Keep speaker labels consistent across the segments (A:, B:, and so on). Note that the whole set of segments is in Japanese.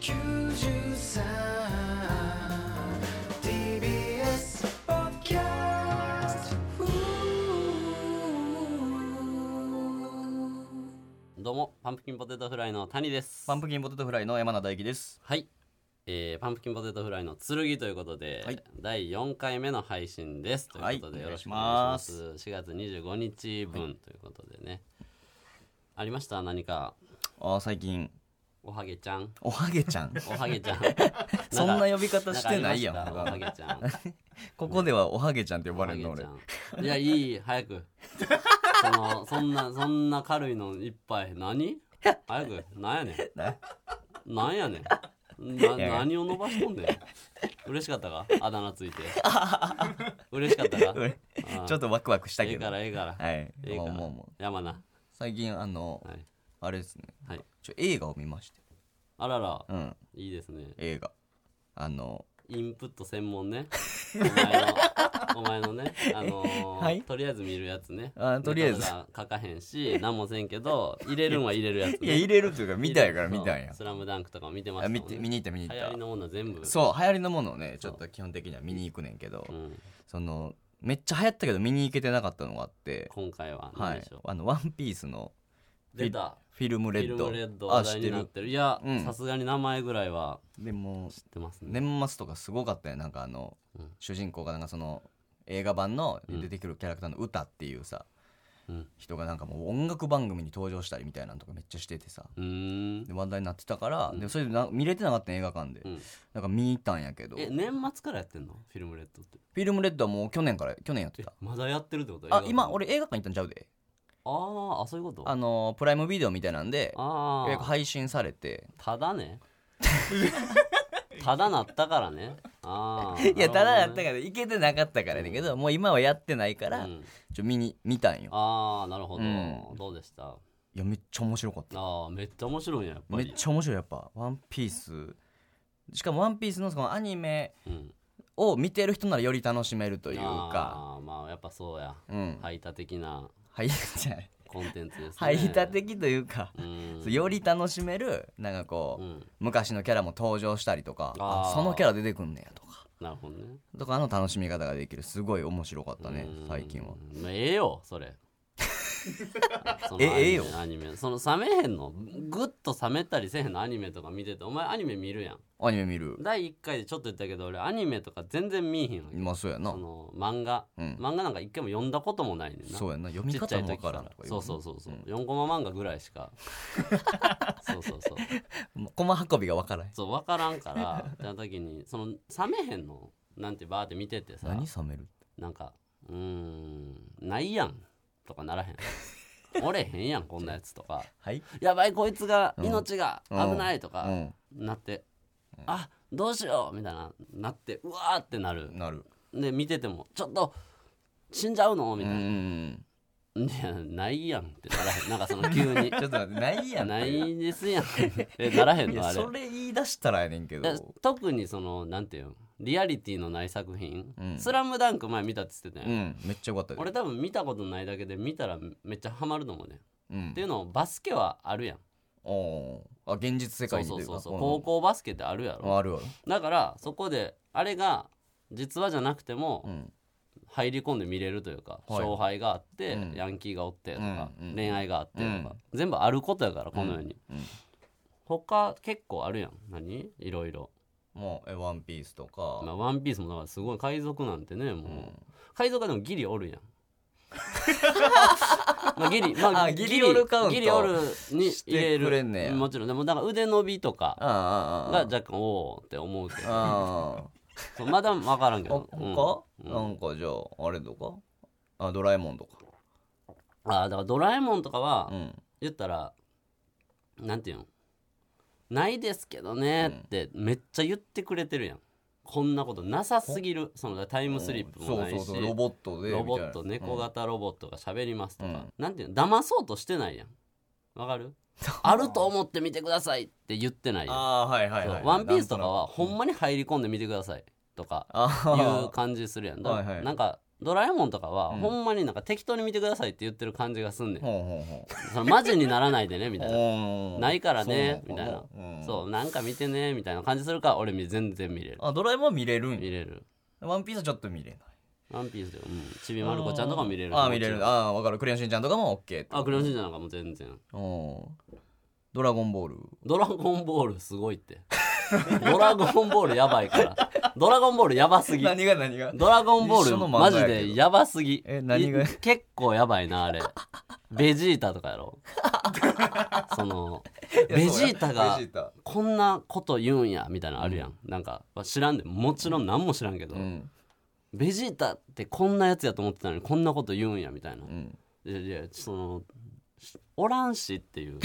A: 93 TBS ポッドキャスト
B: どうも、パンプキンポテトフライの谷です。
C: パンプキンポテトフライの山名大輝です。
B: はい、えーパンプキンポテトフライの剣ということで、
C: はい
B: 第4回目の配信です。ということで、
C: はい
B: よろしくお願いしま
C: お
B: す。4月25日分ということでね。ありました何か、
C: ああ、最近、
B: おはげちゃん。
C: おはげちゃ ん。
B: おはげち ゃん。
C: そんな呼び方
B: な
C: し
B: んかあ
C: て
B: りま
C: ない
B: し
C: やん。
B: たおはげちゃん。
C: ここではおはげちゃんって呼ばれるの
B: おはげち。ゃ
C: 俺
B: んいや、いい、早く。そのそんな、そんな軽いの一杯、何早く、なんやねん。
C: な
B: なんやねん。な
C: いや
B: 何を伸ばしとんねん。嬉しかったかあだ名ついて。 嬉しかったか
C: 俺
B: あー
C: ちょっとワクワクした
B: え
C: け
B: え
C: ど。
B: か
C: は
B: らええから。
C: い。
B: ええか
C: もう
B: ら
C: もうもう。
B: 山名。
C: 最近、あの、
B: はい。
C: あれですね。
B: はい。
C: ちょ映画を見まして。
B: あらら、
C: うん、
B: いいですね。
C: 映画。あの、
B: インプット専門 ね。お前の、お前のね、あのー
C: はい
B: とりあえず見るやつね。
C: あとりあえず
B: ネタが書かへんし、何もせんけど、入れるんは入れるやつ、ね。
C: いや、入れるというか、見たいから見たんや
B: そう。スラムダンクとかも見てました
C: あ
B: もん、
C: 見
B: ね。
C: て見に行った見に行
B: 流行り
C: っ
B: のものは全部。
C: た。そう、流行りのものをね、ちょっと基本的には見に行くねんけど
B: う、ん。
C: その、めっちゃ流行ったけど見に行けてなかったのがあって、
B: 今回は
C: は
B: 何で
C: い
B: しょう。。
C: あの、ワンピースの
B: 出た。
C: フィルムレ
B: フィ
C: ッ
B: ル
C: ド。
B: ムレッド
C: あ、
B: 話
C: 知
B: 題
C: って
B: にな
C: る
B: っ。てるいや
C: うん
B: さすがに名前ぐらいは
C: でも
B: 知ってますね
C: 年末とかすごかったよなんかあの、
B: うん
C: 主人公がなんかその映画版の
B: うん
C: 出てくるキャラクターの歌っていうさ、
B: うん
C: 人がなんかもう音楽番組に登場したりみたいなのとかめっちゃしててさ
B: うーん
C: で話題になってたから、
B: うん
C: でそれでな見れてなかったん映画館で、
B: うん
C: なんか見に行ったんやけど
B: え
C: フ
B: 年末からやってんのフィルムレッドって
C: ィルムレッドはもう去年から去年やって
B: え
C: た
B: まだやってるってこと映画
C: あ
B: 館
C: 今俺映画館行ったんちゃうで
B: あーあそういうこと
C: あのプライムビデオみたいなんで
B: あ
C: 予約
B: ー
C: 配信されて
B: ただ ねただなったからねああ
C: いやただやったからら行けてなかったからやねんけど、もう今はやってないから、
B: うん
C: ちょ見に見たんよ
B: ああなるほど、
C: うん
B: どうでしたあ
C: いやめっちゃ面白かった
B: あめっちゃ面白いんややっぱ
C: め
B: り
C: っちゃ面白いやっぱ「ワンピースしかも「ワンピースのそのアニメ
B: うん
C: を見てる人ならより楽しめると
B: と
C: いうか
B: あーまあやっぱそうや
C: うん
B: 排他的な
C: はいじゃあ
B: コンテンツですね
C: 排他的というか、
B: うん
C: より楽しめるなんかこ
B: う
C: う、
B: ん
C: 昔のキャラも登場したりとか
B: あー
C: あそのキャラ出てくんねやとか
B: なるほどね
C: とかの楽しみ方ができるすごい面白かったね
B: うん
C: 最近は。
B: まあええよそ れその
C: え
B: アニメ
C: ええよ
B: アニメその冷めへんのぐっと冷めたりせえへんのアニメとか見ててお前アニメ見るやん
C: アニメ見る
B: 第1回でちょっと言ったけど俺アニメとか全然見えへんわけ
C: まあそうやな
B: その漫画、
C: うん
B: 漫画なんか一回も読んだこともないねんな
C: そうやな読み
B: ちっちゃ
C: 方
B: い
C: もわ
B: 時
C: か
B: からら
C: んとか
B: そうそうそうそう、4コマ漫画ぐらいし かそうそうそう
C: うん駒運びがわからへん
B: そう分からん からってなった時にその冷めへんのなんてバーって見ててさ
C: 何冷める
B: なんか、うーん、ないやんとかな らへん。おれへんやん、こんなやつとか。
C: はい
B: やばい、こいつが
C: うん
B: 命が危ないと
C: う
B: か
C: ん
B: なって、あどうしようみたいな、なって、うわーってなる。
C: なる
B: で、見てても、ちょっと、死んじゃうのみ
C: う
B: たいな。
C: ん。
B: いや、ないやんってならへん。なんかその急に
C: ちょっと待って ないやん
B: ないですやん。え、ならへん
C: い
B: のあ
C: や
B: れ
C: そ。れ言い出したらやねんけど
B: だ特にその、なんていうん、リアリティのない作品、
C: うん
B: スラムダンク前見たって言ってたやん
C: う。んめっちゃよかったで
B: 俺多分見たことないだけで見たらめっちゃハマるのもね、
C: うん
B: っていうのもバスケはあるやん
C: おーあ現実世
B: そ
C: 界
B: う
C: に
B: そ
C: 出
B: う
C: て
B: そう
C: る
B: そう
C: うん
B: 高校バスケってあるやろ
C: ああるある
B: だからそこであれが実話じゃなくて
C: う
B: も
C: ん
B: 入り込んで見れるというか、
C: はい
B: 勝敗があって、
C: うん
B: ヤンキーがおってとか、
C: うんうん
B: 恋愛があってとか、全部あることやからこのように、
C: うんうん
B: 他結構あるやん何いろいろ、
C: もうえワンピースとか
B: まあ、ワンピースもだからすごい海賊なんてねもう、海賊はでもギリおる やんまあギリ、ま
C: あギリおるカウント
B: ギリおるに入れ
C: してく
B: る
C: れんねや
B: もちろんでもだから腕伸びとか
C: あ
B: が
C: あああ
B: 若干おおって思うけど
C: ああ
B: そうまだ分からんけ
C: あ
B: ど、うんあ
C: ほかなんかじゃああれとかあドラえもんとか
B: ーだからドラえもんとかは
C: うん
B: 言ったら、なんていうのないですけどねってめっちゃ言ってくれてるやんこんなことなさすぎるそのタイムスリップもないし
C: そうそうそうロボットで
B: ロボット
C: みたいな
B: 猫型ロボットが喋りますとか、
C: うん
B: なんていうの騙そうとしてないやんわかるあると思って見てくださいって言ってない
C: うん
B: やん
C: ああはいはい
B: そう
C: はい
B: ワンピースとか
C: なん
B: はほんまに入り込んで見てくださいとか
C: あ
B: いう
C: あ
B: 感じするやんだから
C: はいはい
B: なんかドラえもんとかは、
C: うん
B: ほんまになんか適当に見てくださいって言ってる感じがすんねん、
C: ほうほうほ
B: そのマジにならないでねみたいな
C: う
B: ないからね
C: そ
B: み
C: う
B: たいな
C: うん
B: そうなんか見てねみたいな感じするから俺全然見れる
C: あドラえもんは見れるんや
B: 見れる
C: ワンピースはちょっと見れない
B: ワンピースでうんちびまる子ちゃんとかも見れる
C: あー見れる
B: あ
C: あーわかるクレヨンしんちゃんとかも OK
B: クレヨンしんちゃんなんかもう全然
C: おドラゴンボール
B: ドラゴンボールすごいってドラゴンボールやばいからドラゴンボールやばすぎ
C: 何が何が
B: ドラゴンボー
C: 一緒
B: ル
C: の漫
B: マ
C: 画
B: ジ
C: やけど
B: でやばすぎ
C: え何が
B: い結構やばいなあれベジータとかやろそのベジータが
C: ベジータ
B: こんなこと言うんやみたいなのあるやん、なんか、まあ知らんでもちろん何も知らんけど、
C: うん
B: ベジータってこんなやつやと思ってたのにこんなこと言うんやみたいな
C: う、ん
B: いやいやそのおらんしっていう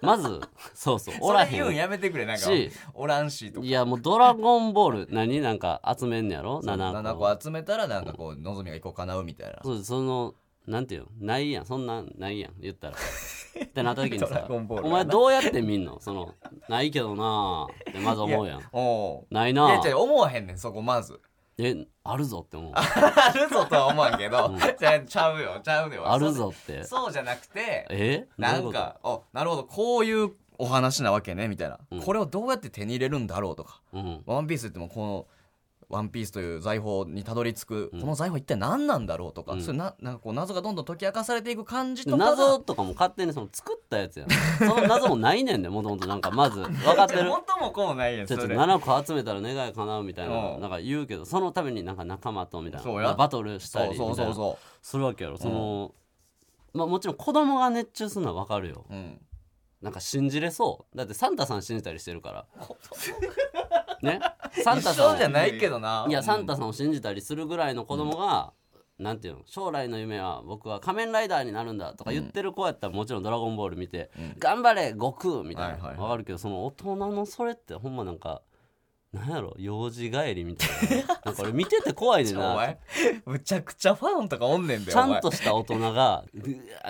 B: まず そうそうおら
C: それ
B: へ
C: 言うん
B: ん
C: やめてくれなんか
B: し
C: おらんしとか
B: いやもう「ドラゴンボール」 何なんか集めんねやろ7個
C: 7個集めたらなんかこう望みが一個叶うみたいな
B: そうそのなんていうのないやんそんなんないやん言 ったらってなった時に
C: ドラ
B: さ
C: ゴンボール
B: お前どうやって見んのそのないけどなあってまず思うやん
C: おう
B: ない
C: い
B: な
C: や
B: あ
C: 違う思わへんねんそこ まず
B: えあるぞって思う
C: あるぞとは思わんけどじゃあちゃうよちゃうよ
B: あるぞって
C: そうそうじゃなくて
B: えどう
C: なん
B: いうこ
C: かあなるほどこういうお話なわけねみたいな、
B: うん
C: これをどうやって手に入れるんだろうとか
B: とうん
C: 「ワンピースってもこの「ワンピースという財宝にたどり着く、この財宝一体何なんだろうとか、
B: うん
C: そういうななんかこう謎がどんどん解き明かされていく感じとかが
B: 謎とかも勝手にその作ったやつやんその謎もないねんでもともとなんかまず分かってる
C: 元もこうないやん
B: ちょっと
C: それ
B: 7個集めたら願い叶うみたいな
C: うん
B: なんか言うけどそのためになんか仲間とみたい
C: そうや
B: なバトルした
C: そ
B: り
C: う
B: み
C: そう
B: たい
C: そう
B: な
C: そ
B: するわけやろそのまあもちろん子供が熱中するのは分かるよ
C: う、うん、
B: なんか信じれそうだってサンタさん信じたりしてるから ねサン
C: 一
B: タさん
C: 緒
B: を
C: じゃないけどない
B: やサンタさんを信じたりするぐらいの子供が、なんていうの将来の夢は僕は仮面ライダーになるんだとか言ってる子やったらもちろん「ドラゴンボール」見て「頑張れ悟空」みたいな、わ
C: はいはいはい
B: かるけどその大人のそれってほんまなんかなんやろ用事帰りみたい ななんか俺見てて怖いねん
C: お
B: な
C: 前むちゃくちゃファンとかおんねんで
B: ちゃんとした大人が「うわ」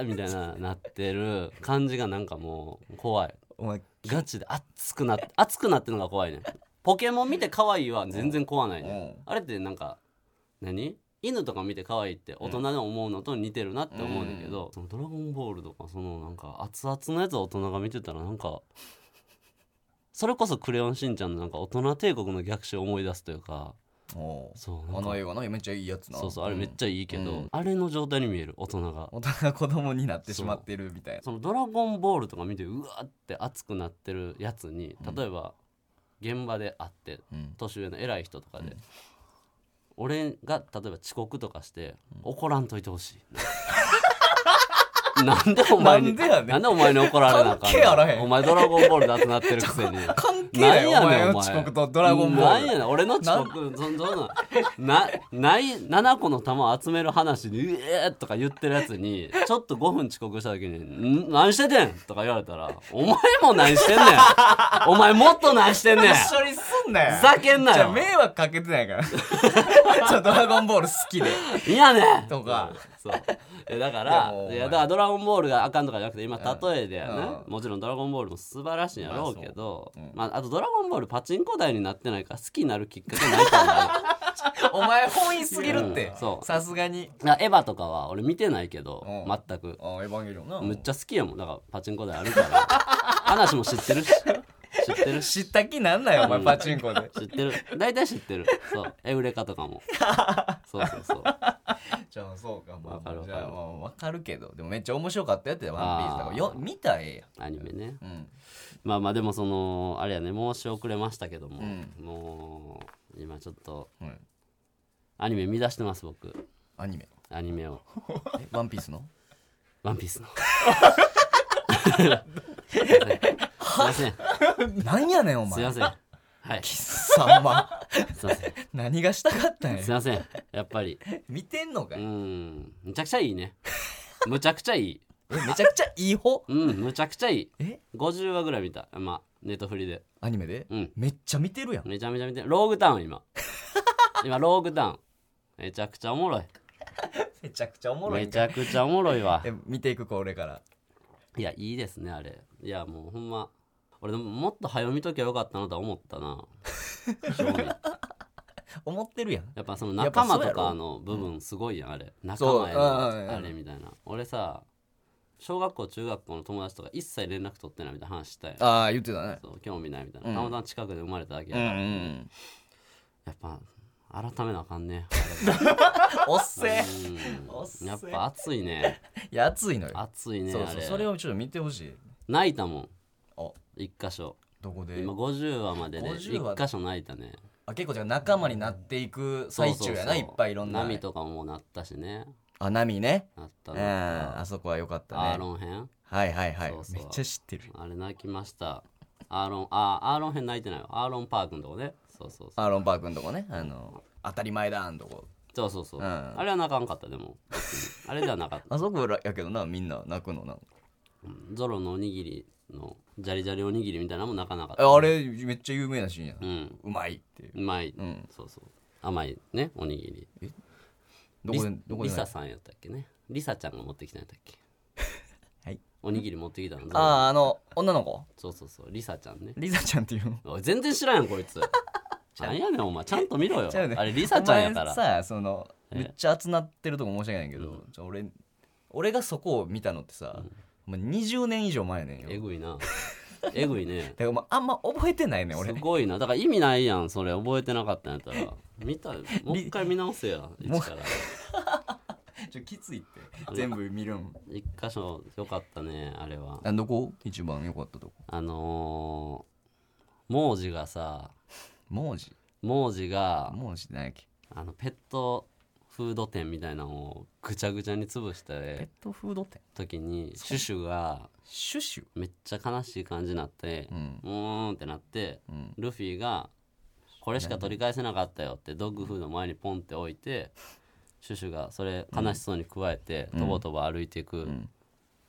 B: みたいななってる感じがなんかもう怖い
C: お前
B: ガチで熱くなって熱くなってるのが怖いねんポケモン見て可愛いは全然怖ないねん
C: お前、うん
B: あれってなんか何犬とか見て可愛いって大人で思うのと似てるなって思うんだけど、そのドラゴンボールとかそのなんか熱々のやつを大人が見てたらなんかそれこそ「クレヨンしんちゃん」のなんか大人帝国の逆襲を思い出すというか
C: おう
B: そうな
C: あ
B: んか
C: の映画なめっちゃいいやつな
B: そうそうあれめっちゃいいけど、
C: うん
B: あれの状態に見える大人が
C: 大人が子供になってしまってるみたいな
B: その「ドラゴンボール」とか見てうわーって熱くなってるやつに例えば現場で会って
C: うん
B: 年上の偉い人とかで、俺が例えば遅刻とかして、怒らんといて ほしいなんでお前に
C: なんでやねん
B: なんでお前に怒られなあか
C: 関係あら
B: ん
C: へん
B: のお前ドラゴンボールだとなってるくせに
C: 関係
B: な
C: な
B: ん
C: いよ
B: や
C: お
B: ね
C: 前
B: んお前
C: の遅刻とドラゴンボ
B: なん
C: ー
B: やねん俺の遅刻そんそんななない7個の球を集める話に「うえー!」とか言ってるやつにちょっと5分遅刻した時にん「何しててん!」とか言われたら「お前も何してんねんお前もっと何してん
C: ル
B: ねん!」
C: 一緒にすんなよ
B: ふざけんなよ
C: じゃあ迷惑かけ てないからちょっとドラゴンボール好きで
B: いやね
C: とか
B: そうえだから
C: でも
B: いやだから「ドラゴンボール」があかんとかじゃなくて今
C: うん
B: 例えでやね、
C: う
B: もちろん「ドラゴンボール」も素晴らしいんやろうけど、
C: まあそううん
B: まああと「ドラゴンボール」パチンコ台になってないから好きになるきっかけないと思う
C: お前本意すぎるっ
B: う
C: て
B: んそう
C: さすがに
B: だからエヴァとかは俺見てないけど、
C: うん
B: 全く
C: あエヴァンゲリオンな
B: むっちゃ好きやもんだからパチンコ台あるから話も知ってるし知ってるし
C: 知った気なんなよお前
B: うん
C: パチンコで
B: 知ってる大体知ってるそうエウレカとか もそうそうそう
C: じゃあそうかまあ
B: わかるわか
C: じ
B: る
C: ゃあまあわかるけどでもめっちゃ面白かったやつやワンピースだからよ
B: あー
C: 見たらえ
B: アニメね
C: えやんうん
B: まあまあでもそのあれやね申し遅れましたけども、
C: うん
B: もう今ちょっと
C: うん
B: アニメ見出してます僕
C: アニメ
B: アニメを
C: えワンピースの
B: 「ワンピースのすいません
C: なんやねんお
B: すい
C: 前
B: ませんはい
C: 貴
B: す
C: 様
B: いません
C: 何がしたかったんや
B: すいませんやっぱり
C: 見てんのか
B: う
C: い
B: んむちゃくちゃいいねむちゃくちゃいい
C: えめちゃくちゃいい方
B: うんむちゃくちゃいい
C: え
B: 50話ぐらい見たまあネットフリで
C: アニメで
B: うん
C: めっちゃ見てるやん
B: めちゃめちゃ見てローグタウン今今ローグタウンめちゃくちゃおもろい
C: めちゃくちゃおもろい
B: め
C: ん
B: ち
C: か
B: ゃくちゃおもろいわ
C: え見ていくこれから
B: いやいいですねあれいやもうほんま 俺でももっと早読みときゃよかったなとは思ったな正味
C: 思ってるやん
B: やっぱその
C: やっぱ
B: 仲間
C: そうやろ
B: とかの部分すごいやんあれ仲
C: そう
B: 間やな
C: うんうんうん
B: あれみたいな俺さ小学校中学校の友達とか一切連絡取ってないみたいな話したやん
C: ああ言ってたね
B: そう興味ないみたいな
C: うん
B: たまたま近くで生まれただけや
C: うん
B: か
C: う
B: ら
C: ん
B: やっぱ改めなあかんね
C: おっせえ おっ
B: う
C: せ
B: んやっぱ熱いね
C: いや熱いのよ
B: 熱いね
C: そう
B: あ
C: そう
B: れ
C: それをちょっと見てほしい
B: 泣いたもん
C: あ
B: 一箇所
C: どこで
B: 今50話までで一
C: 50話
B: 箇所泣いたね
C: あ結構じゃあ仲間になっていく最中やな
B: そうそう
C: い
B: そう
C: っぱいいろんな
B: 波とかもなったしね
C: あ波ね
B: なった
C: う
B: の
C: んあそこは良かっ
B: ア
C: た
B: ー
C: ね
B: ロン編
C: はいはいはい
B: そうそう
C: めっちゃ知ってる
B: あれ泣きましたアーロンあアーロン編泣いてないよアーロンパークのとこねそうそうそう
C: アーロン・パークんとこねあの当たり前だんとこ
B: そうそうそう、
C: うん
B: あれは泣かんかったでも別にあれではなかった
C: あそこらやけどなみんな泣くのな
B: うんゾロのおにぎりのジャリジャリおにぎりみたいなのも泣かなかった
C: ああれめっちゃ有名なシーンやん
B: うん
C: うまいっていう
B: うまい、
C: ん
B: そうそう甘いねおにぎり
C: どこで
B: リ
C: どこ
B: リ
C: で
B: サさんやったっけねリサちゃんが持ってきたんやったっけ
C: はい
B: おにぎり持ってきたの
C: あああの女の子
B: そうそうそうリサちゃんね
C: リザちゃんっていうの
B: おい全然知らんやんこい つなんやねんお前ちゃんと見ろよ
C: ちゃうね
B: あれリサちゃんやか
C: お
B: ら
C: 前さその
B: え
C: めっちゃ集なってるとこ申し訳ないけど、じゃあ俺俺がそこを見たのってさ、もう20年以上前やねんよ
B: え
C: だか
B: ぐいなえぐいね
C: らもうあんま覚えてないね ん俺
B: すごいなだから意味ないやんそれ覚えてなかったんやったら見たもう一回見直せや一から
C: ちょきついって全部見るん
B: 一箇所よかったねあれは
C: あどこ一番良かったとこ
B: あのー、王子がさ
C: 文字
B: 王子が
C: 文字って何やっけ
B: あのペットフード店みたいなのをぐちゃぐちゃに潰し
C: ペッ
B: た
C: トフード店
B: 時にシュシュが
C: シュシュ
B: めっちゃ悲しい感じになって
C: うん
B: うーんってなって
C: うん
B: ルフィが「これしか取り返せなかったよ」ってドッグフード前にポンって置いてシュシュがそれ悲しそうにくわえてとぼとぼ歩いていく、
C: ん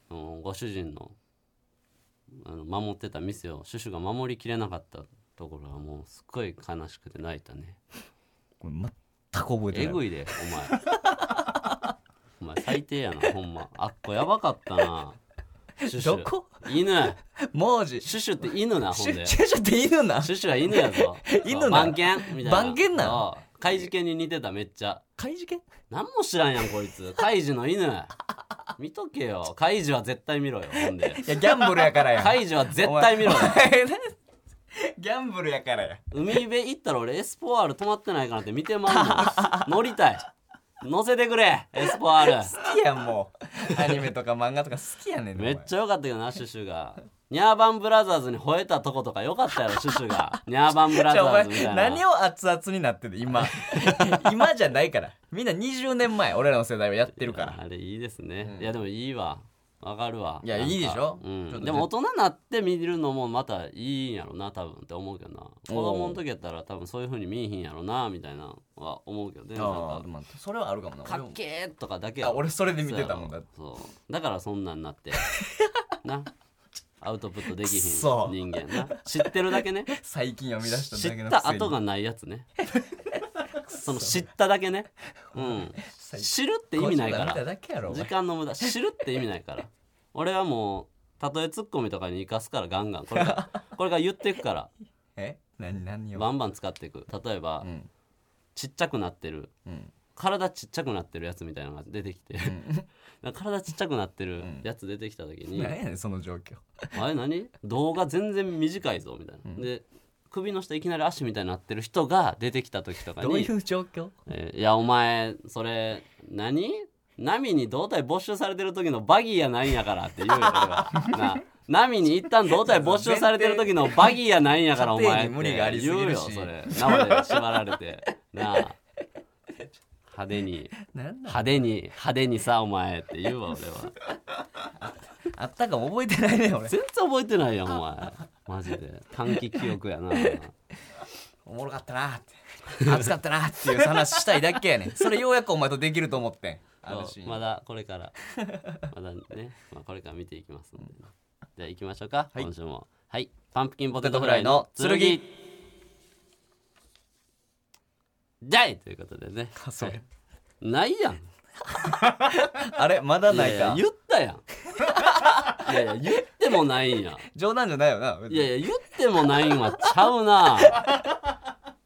B: うんご主人のあの守ってた店をシュシュが守りきれなかったところがもうすっごい悲しくて泣いたね
C: これ全く覚えて
B: え
C: ない
B: ぐいでお 前お前最低やなほんまあっこやばかったなシュシ
C: ど
B: ュ
C: こ
B: 犬
C: 文字シ
B: シュシュって犬なほ
C: ュ
B: んで
C: シュシュって犬な
B: シュシュは犬やぞ
C: 犬
B: そう
C: な
B: 番犬みたいな
C: 番犬な
B: そう怪獣犬に似てためっちゃ
C: 怪事件
B: 何も知らんやんこいつ怪獣の犬見とけよ怪獣は絶対見ろよほんで
C: いやギャンブルやからや
B: 怪獣は絶対見ろよ
C: お前お前 ギャンブルやからや
B: 海辺行ったら俺エスポワール止まってないかなって見てまうの乗りたい乗せてくれエスポワール
C: 好きやんもうアニメとか漫画とか好きやねん
B: めっちゃ良かったけどなシュシュがニャーバンブラザーズに吠えたとことか良かったやろシュシュがニャーバンブラ
C: じ
B: ザ
C: ゃお
B: ー
C: 前
B: ズみたいな
C: 何を熱々になってて今 今じゃないからみんな20年前俺らの世代はやってるから
B: あれいいですね、いやでもいいわわかるわ
C: いや
B: なんか
C: いいでしょ
B: う
C: ちょっ
B: ん、
C: と
B: でも大人になって見るのもまたいいんやろな多分って思うけどな子供の時やったら多分そういうふうに見えへんやろなみたいなのは思うけどねな
C: あ
B: ん
C: あまあそれはあるかもな
B: かかっけーとかだけ
C: 俺もあ俺それで見てたもん
B: だ
C: だ
B: そうだからそんなんなって なアウトプットできひ
C: くそ
B: ん人間な知ってるだけね
C: 最近読み出した
B: 知
C: だけ
B: っ
C: の
B: た後がないやつ ねその知っただけねうん知るって意味ないから
C: 見ただけやろお
B: 時
C: 前
B: 間の無駄知るって意味ないから 俺はもうたとえツッコミとかに生かすからガンガンこれ がこれが言っていくから
C: え何何
B: バ
C: を
B: ンバン使っていく例えば、
C: ん
B: ちっちゃくなってる
C: うん
B: 体ちっちゃくなってるやつみたいなのが出てきて、 体ちっちゃくなってるやつ出てきた時に、
C: 何やねんその状況
B: あれ何動画全然短いぞみたいな、で首の下いきなり足みたいになってる人が出てきた時とかに
C: どういう状況
B: えーいやお前それ何波に胴体没収されてる時のバギーやないんやからって言うよ 俺はな波に一旦胴体没収されてる時のバギーやないんや からお前って
C: 前提家庭に無理がありすぎ
B: 言う
C: る
B: よ
C: し
B: それ生で縛られてなあ派手に
C: 何なの
B: 派手に派手にさお前って言うわ俺は
C: あったかも覚えてないね俺
B: 全然覚えてないやんお前マジで短期記憶やな
C: おもろかったなーって熱かったなーっていう話したいだけやねんそれようやくお前とできると思ってんあのシ
B: そ
C: ー
B: う
C: ン
B: まだこれ からまだね、まあ、これから見ていきますんでね、では行きましょうか、
C: はい
B: 今週もはいパンプキンポ
C: ポ
B: テ
C: テ
B: ト
C: ト
B: フ
C: フ
B: ラ
C: ラ
B: イ
C: イ
B: の
C: の
B: 剣
C: 剣
B: じゃいということでね
C: あそれ
B: はいないやん
C: あれまだない
B: や
C: か
B: や言ったや んいやいや言ってもないんや
C: 冗談じゃないよない
B: やいや言ってもないんはちゃうな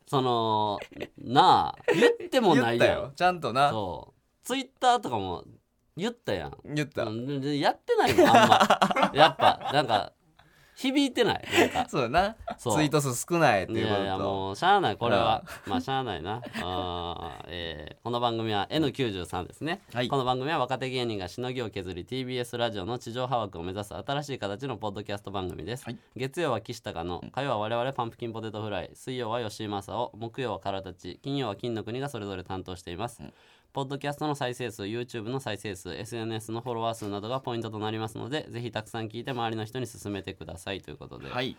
B: そのなあ言っても
C: 言
B: な
C: っ
B: い
C: た
B: やん
C: よちゃんとな
B: そうツイッターとかも言ったやん
C: 言った
B: うんでやってないもんあんまやっぱなんか響いてないなんか
C: そうだな
B: そう
C: ツイート数少ないって
B: い
C: いうこ
B: や
C: とと
B: いやもうしゃあないこれは まあしゃあないなあー、えーこの番組は N93 ですね、
C: はい
B: この番組は若手芸人がしのぎを削り TBS ラジオの地上波枠を目指す新しい形のポッドキャスト番組です、
C: はい
B: 月曜は岸高の火曜は我々パンプキンポテトフライ水曜は吉井正雄木曜はからたち金曜は金の国がそれぞれ担当しています、ポッドキャストの再生数、YouTube の再生数、SNS のフォロワー数などがポイントとなりますので、ぜひたくさん聞いて周りの人に勧めてくださいということで。
C: はい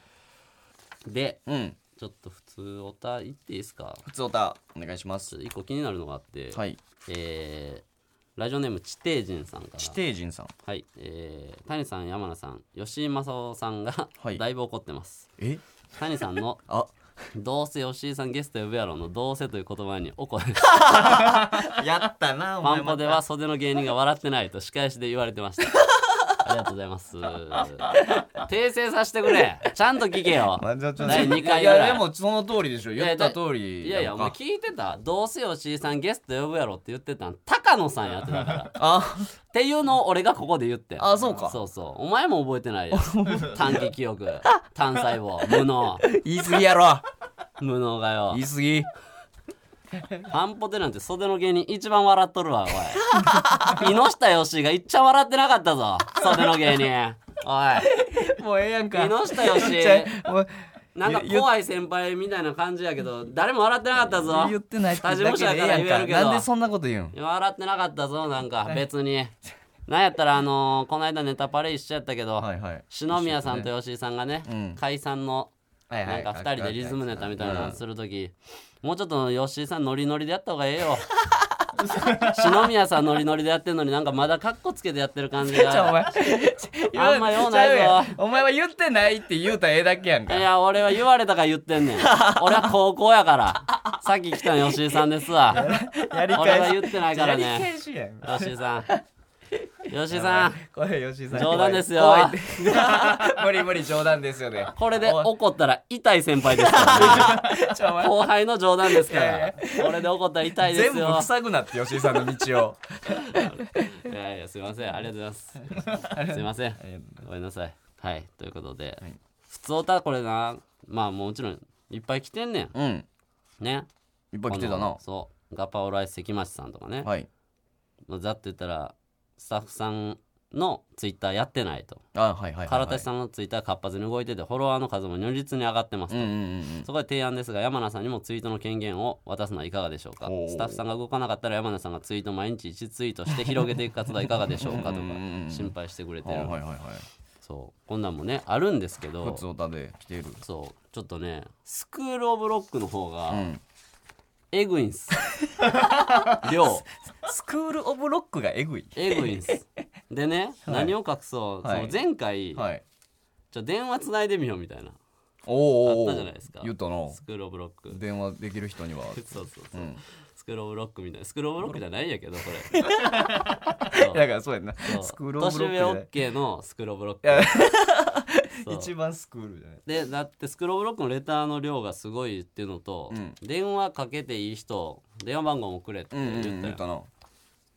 B: で、
C: うん
B: ちょっと普通おた言っていいですか
C: 普通おたお願いしま
B: ち
C: す
B: ょっと一個気になるのがあって、
C: はい
B: えーラジオネーム地底人さんから
C: 地底人さん
B: はい、えー谷さん山名さん吉井正夫さんが、
C: はい
B: だいぶ怒ってます
C: え
B: 谷さん の
C: あ
B: 「どうせ吉井さんゲスト呼ぶやろ」の「どうせ」という言葉に怒 る
C: やっ たなお
B: パ
C: 前
B: ンポで
C: また
B: は袖の芸人が笑ってないと仕返しで言われてましたありがとうござい ます訂正させてくれちゃんと聞け よ
C: まあじゃあちょっと
B: 第2回
C: い
B: ぐら
C: や
B: い
C: でもその通りでしょ言った通り
B: いやいやお前
C: か
B: 聞いてたどうせ吉井さんゲスト呼ぶやろって言ってたん高野さんやってたからっ
C: あ
B: ていうのを俺がここで言ってん
C: あそうか
B: そうそうお前も覚えてない よ短期記憶単細胞無能
C: 言い過ぎやろ
B: 無能がよ
C: 言い 過ぎ
B: ハンポテなんて袖の芸人一番笑っとるわおい木下よしがいっちゃ笑ってなかったぞ袖の芸人お
C: もうええやんか
B: い木下よし
C: ちゃいもう
B: なんか怖い先輩みたいな感じやけど誰も笑ってなかったぞ
C: 言ってないってだ
B: 他事
C: け
B: 務
C: で
B: 所や
C: え
B: から
C: え
B: 言え
C: や
B: る
C: ん
B: け
C: か
B: ど
C: なんでそんなこと言うん
B: いや笑ってなかったぞなんか別になんやったらあのーこの間ネタパレ一緒やったけど、
C: はいはい
B: 篠宮さんと吉井さんがね、
C: うん
B: 解散の
C: はい
B: な
C: は
B: ん
C: い
B: か2人でリズムネタみたいなのする時、もうちょっと吉井さんノリノリでやった方がええよ 篠宮さんノリノリでやってんのになんかまだカッコつけてやってる感じ
C: ちょお
B: が
C: 前
B: あんま用ないぞ
C: ちゃうやんお前は言ってないって言うたらええだけやん
B: い
C: か
B: や俺は言われたから言って んねん俺は高校やからさっき来たの吉井さんですわ
C: やり
B: 俺
C: 返
B: は
C: し
B: 言ってないから
C: やり
B: ね
C: 返しやん
B: 吉井さん吉井さん
C: これ吉井さん
B: 冗談ですよ
C: 怖い って無理無理冗談ですよね
B: これで怒ったら痛い先輩です からね
C: ちょお前
B: 後輩の冗談ですか
C: いや
B: らこれで怒ったら痛いで
C: 全
B: す
C: 部
B: よ
C: 塞ぐなって吉井さんの道を
B: いやいやすいませんありがとうございますすいませんごめんなさいはいということで、
C: はい
B: 普通歌これなまあもちろんいっぱい来てんね
C: うん
B: んね
C: いっぱい来て
B: こ
C: たな
B: のそうガパオライス関町さんとかね、
C: はい
B: まあざっと言ったらスタッフさんのツイッターやってないと
C: あはいはいはい
B: 唐田
C: ん
B: さんのツイッター活発に動いててフォロワーの数も如実に上がってます
C: うんうんうん
B: そこで提案ですが山名さんにもツイートの権限を渡すのはいかがでしょうか
C: おー
B: スタッフさんが動かなかったら山名さんがツイートを毎日1ツイートして広げていく活動はいかがでしょうかとか
C: うんうんうんうん
B: 心配してくれ
C: あ
B: て
C: は
B: る
C: いはいはい
B: そうこんなんもねあるんですけ
C: 普
B: ど
C: 通歌で来てる
B: そうちょっとねスクール・オブ・ロックの方
C: う
B: が
C: ん
B: エグい んす量
C: スクールオブロックがえぐい
B: エグいんすでね
C: はい
B: 何を隠そうそ
C: はい
B: の前回
C: はい
B: ちょ電話つないでみようみたいな
C: おーおーおー
B: あったじゃないですか
C: 言ったな
B: スクール・オブ・ロック
C: 電話できる人には
B: そうそう
C: う
B: そうんスクール・オブ・ロックみたいなスクール・オブ・ロックじゃないんやけどこれそう
C: だからそうやんな
B: そう
C: スクールオブロ
B: 年上
C: ック
B: OK のスクローブロッ
C: いや
B: クそう
C: 一番スクールじゃない
B: でだってスクローブロックのレターの量がすごいっていうのと、
C: うん
B: 電話かけていい人電話番号もくれって言ったよ、
C: 言ったな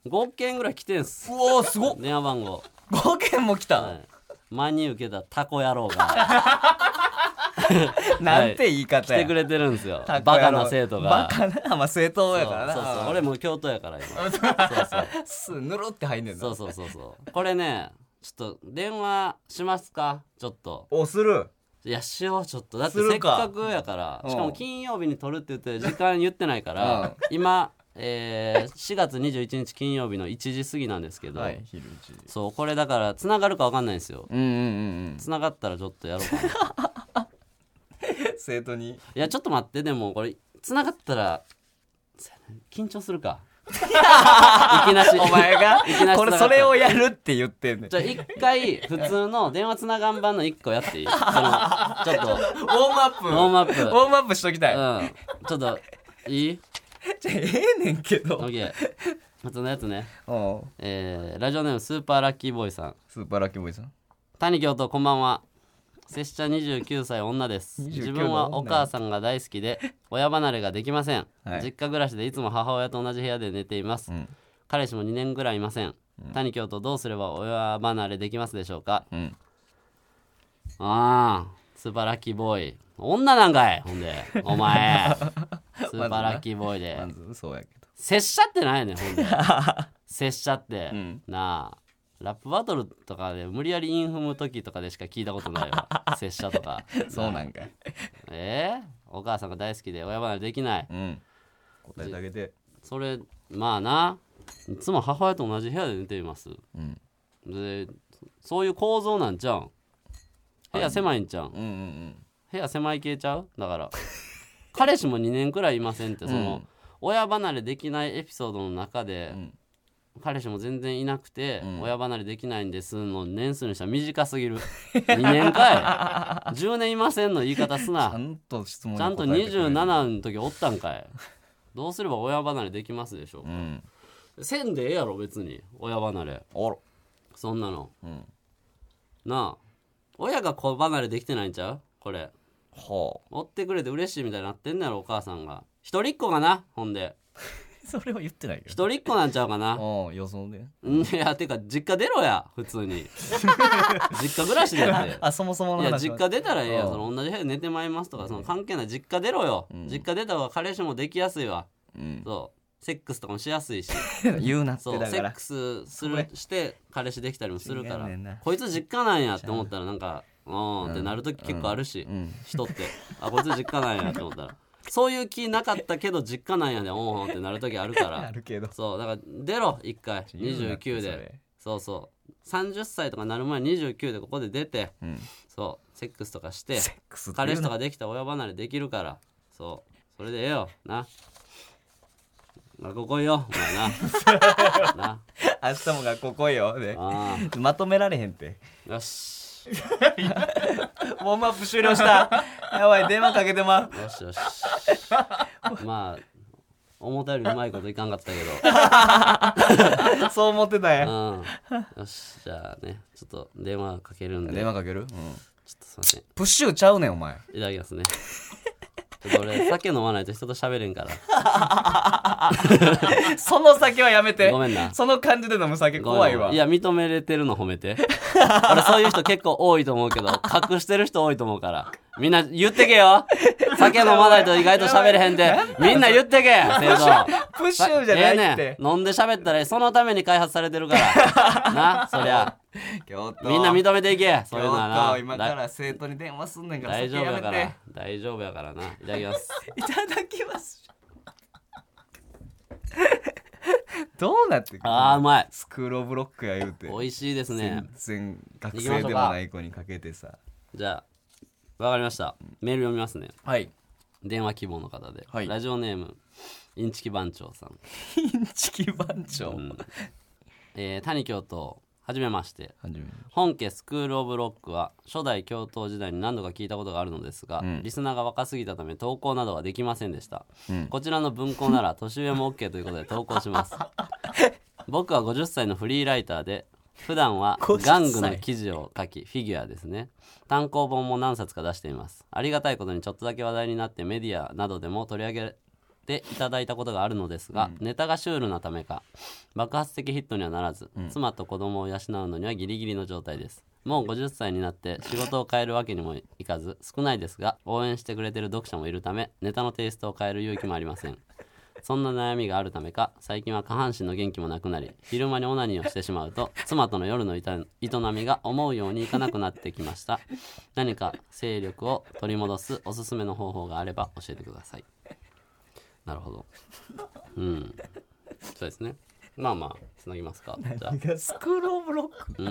C: う
B: 5件ぐらい来てんす
C: おーすごっ
B: 電話番号、
C: 5件も来た、
B: はい、真に受けたタコ野郎が
C: なんて言い
B: 来
C: 方や、
B: てくれてるんですよ
C: タ
B: バ
C: コ野郎
B: カな生徒が
C: バカなまあ正当
B: そう
C: や
B: そ
C: からな
B: うそう俺もう京都やから今そうそう
C: すぬるって入んねんな
B: そうそうそうそうこれねちょっと電話しますかちょっと
C: おする
B: いやしようちょっとだって
C: す
B: せっ
C: るか
B: かくやから
C: うん
B: しかも金曜日に撮るって言って時間言ってないから、今、えー4月21日金曜日の1時過ぎなんですけど、
C: はい昼一時
B: そうこれだからつながるか分かんないんですよ
C: うんうん
B: つながったらちょっとやろ うかない
C: うん 生徒に
B: やちょっと待ってでもこれつながったらそうやな緊張する かいきなし
C: お前 が
B: いきなり繋がった
C: これそれをやるって言ってんねんウ
B: じゃあ一回普通の電話つながん版の1個やっていいそのちょっ と
C: ォームアップ
B: ウォームアップ
C: ウォームアップしときたい、
B: うんちょっといい
C: じゃあええねんけど、うん
B: ?OK 普通のやつねえーラジオネームスーパーラッキーボーイさん
C: スーパーラッキーボーイさん
B: 谷京都こんばんは拙者29歳女です
C: 29
B: 自分はお母さんが大好き で親離れができません、
C: はい
B: 実家暮らしでいつも母親と同じ部屋で寝ています、
C: うん
B: 彼氏も2年ぐらいいません、谷京とどうすれば親離れできますでしょうか
C: うん
B: ああつばらきボーイ女なんかいほんでお 前つばらきボーイで
C: まずそうやけど
B: 拙者ってないねんほんで拙者って、
C: ん
B: なあラップバトルとかで無理やりインフム時とかでしか聞いたことないわ拙者とか
C: そうなんかい
B: えー、お母さんが大好きで親離れできない
C: うん答えてあげて
B: それまあないつも母親と同じ部屋で寝ています
C: うん
B: でそういう構造なんじゃうん部屋狭いんじゃうん
C: うんうん
B: 部屋狭い系ちゃうだから 彼氏も2年くらいいませんってその、
C: うん
B: 親離れできないエピソードの中で、
C: ん
B: 彼氏も全然いなくて、
C: うん
B: 親離れできないんですの年数にしたら短すぎる2年かい10年い ませんの言い方す
C: ちゃ
B: なん
C: と質問
B: ちゃんと27の時おったんか いどうすれば親離れできますでしょう
C: う
B: か、
C: ん
B: せんでええやろ別に親離れ
C: あら
B: そんなの
C: うん
B: なあ親が子離れできてないんちゃうこれ
C: は
B: 追ってくれて嬉しいみたいになってんだろお母さんが一人っ子かなほんで
C: あ それは言ってないよ
B: 一人っ子なんちゃうかな
C: ああ予想で
B: うんいやてか実家出ろや普通 に実家暮らしでやって
C: あそもそもの
B: いや
C: 話
B: 実家出たらええやん
C: うん
B: その同じ部屋で寝てまいりますとかその関係ない実家出ろよ、
C: うん
B: 実家出た方が彼氏もできやすいわ
C: うん
B: そうセックスとかもしや すいし
C: 言うなって
B: そう
C: だ
B: セ
C: か
B: ッ
C: ら
B: クスす
C: こ
B: る
C: れ
B: して彼氏できたりもするか
C: 違う
B: ら
C: ねんな
B: こいつ実家なんやって思ったらなんかうーんってなる時結構あるし、
C: うん
B: 人ってあこいつ実家なんやって思った らそういう気なかったけど実家なんやでおんおんってなる時あるから
C: るけど
B: そうだから出ろ一回29でそうそう30歳とかなる前に29でここで出て
C: うん
B: そうセックスとかして
C: セックスって言う
B: 彼
C: な
B: 氏とかできたら親離れできるからそうそれでええよな学校来いよお前な な
C: 明日も学校来いよで
B: あ
C: まとめられへんって
B: あよし
C: ウォームアップ終了した やばい電話かけてまう
B: よしよ しまあ思ったよりうまいこといかんかったけど
C: そう思ってたんや
B: うん。よし、じゃあね、ちょっと電話かけるんで、ち
C: 電
B: ょっ
C: 話かけるうん
B: とすいません。い
C: プッシュちゃうねんお前
B: ただきますね。ちょっと俺、酒飲まないと人と喋れんから。
C: その酒はやめて
B: ごめんな
C: その感じで飲む酒
B: ごめん
C: 怖いわ
B: いや、認めれてるの褒めて。 俺、そういう人結構多いと思うけど、隠してる人多いと思うから。みんな言ってけよ酒飲まないと意外と喋れへんで、みんな言ってけ 生徒
C: プッシュじゃないって、
B: ええねん飲んで喋ったらええそのために開発されてるから。な、そりゃ。
C: 京都
B: みんな認めていけそういうのは
C: 京
B: な。
C: 都今から生徒に電話すんねんから
B: 大丈夫やか
C: 酒やめ
B: ら大丈夫やからないただきます
C: てい ただきますどうなってくる
B: あーうまい
C: スクールオブロックや言うて
B: 美味しいですね
C: 全然学生でもない子にかけてさ
B: じゃあわかりましたメール読みますね
C: はい
B: 電話希望の方で、
C: はい
B: ラジオネームインチキ番長さん、
C: インチキ番長、
B: うんえー、谷京都はじめまして
C: 初めに
B: 本家スクール・オブ・ロックは初代教頭時代に何度か聞いたことがあるのですが、リスナーが若すぎたため投稿などはできませんでした、こちらの文庫なら年上も OK ということで投稿します僕は50歳のフリーライターで普段は玩具の記事を書きフィギュアですね単行本も何冊か出していますありがたいことにちょっとだけ話題になってメディアなどでも取り上げていただいたことがあるのですが、ネタがシュールなためか爆発的ヒットにはならず、妻と子供を養うのにはギリギリの状態ですもう50歳になって仕事を変えるわけにもいかず少ないですが応援してくれてる読者もいるためネタのテイストを変える勇気もありませんそんな悩みがあるためか最近は下半身の元気もなくなり昼間にオナニーをしてしまうと妻との夜のいた営みが思うようにいかなくなってきました何か勢力を取り戻すおすすめの方法があれば教えてくださいなるほどうんそうですねまあまあつなぎますかじゃあ
C: スクールオブロック
B: う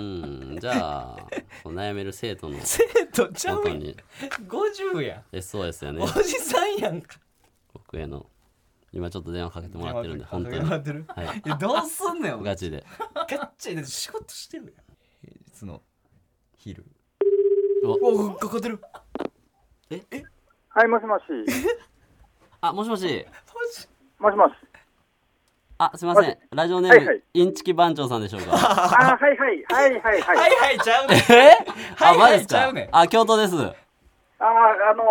B: んじゃあ悩める生徒の
C: 生徒ちゃう
B: 元
C: やん
B: に
C: 50やん
B: SOS や ね
C: おじさんやんか
B: 僕への今ちょっと電話かけてもらってるんで本当に
C: 待ってる、
B: はい
C: いやどうすんねんお前
B: ガチで
C: ガッチャで仕事してるやん平日の昼
B: うわ
C: おかかってる
D: はい、もしもし。
B: あもしもし
D: もしもし。
B: あすいませんラジオネーム、
D: はいはい
B: インチキ番長さんでしょう か
D: あー、はいはい、はいはいはい。
C: はいはいちゃうねん
B: え
C: は
B: あ
C: い
B: マ
C: は
B: ジで
C: い
B: す
C: ちゃ
B: か
C: うねん
B: あ京都です
D: ああ、あの、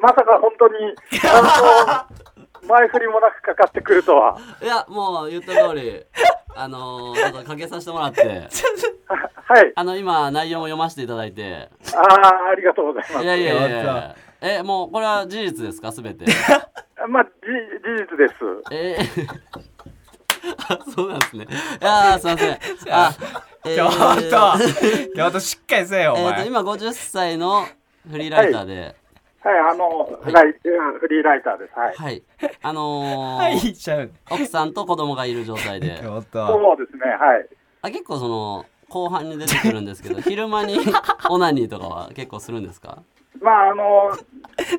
D: まさか本当 に、あの、前振りもなくかかってくるとは。
B: いやもう言った通り あのー、ちょっとかけさせてもらって
D: はい。
B: あの今内容を読ませていただいて
D: ああ、ありがとうございま
B: い
D: す。
B: やいやいやい
C: やっ
B: やえもうこれは事実ですかすべて
D: まあ、じ事実です。
B: えーあそうなんですねいやーすいませんあえー
C: 京都京都しっかりせえよお
B: えー、と
C: 前
B: 今50歳のフリーライターで、
D: はい、あの、ライうんフリーライターです。はい。
B: はい、あのー
C: はいちゃうねん
B: 奥さんと子供がいる状態 で
C: 京都
D: そうですね、はい。
B: あ結構その後半に出てくるんですけ ど昼間にオナニーとかは結構するんですか
D: まあ、あの、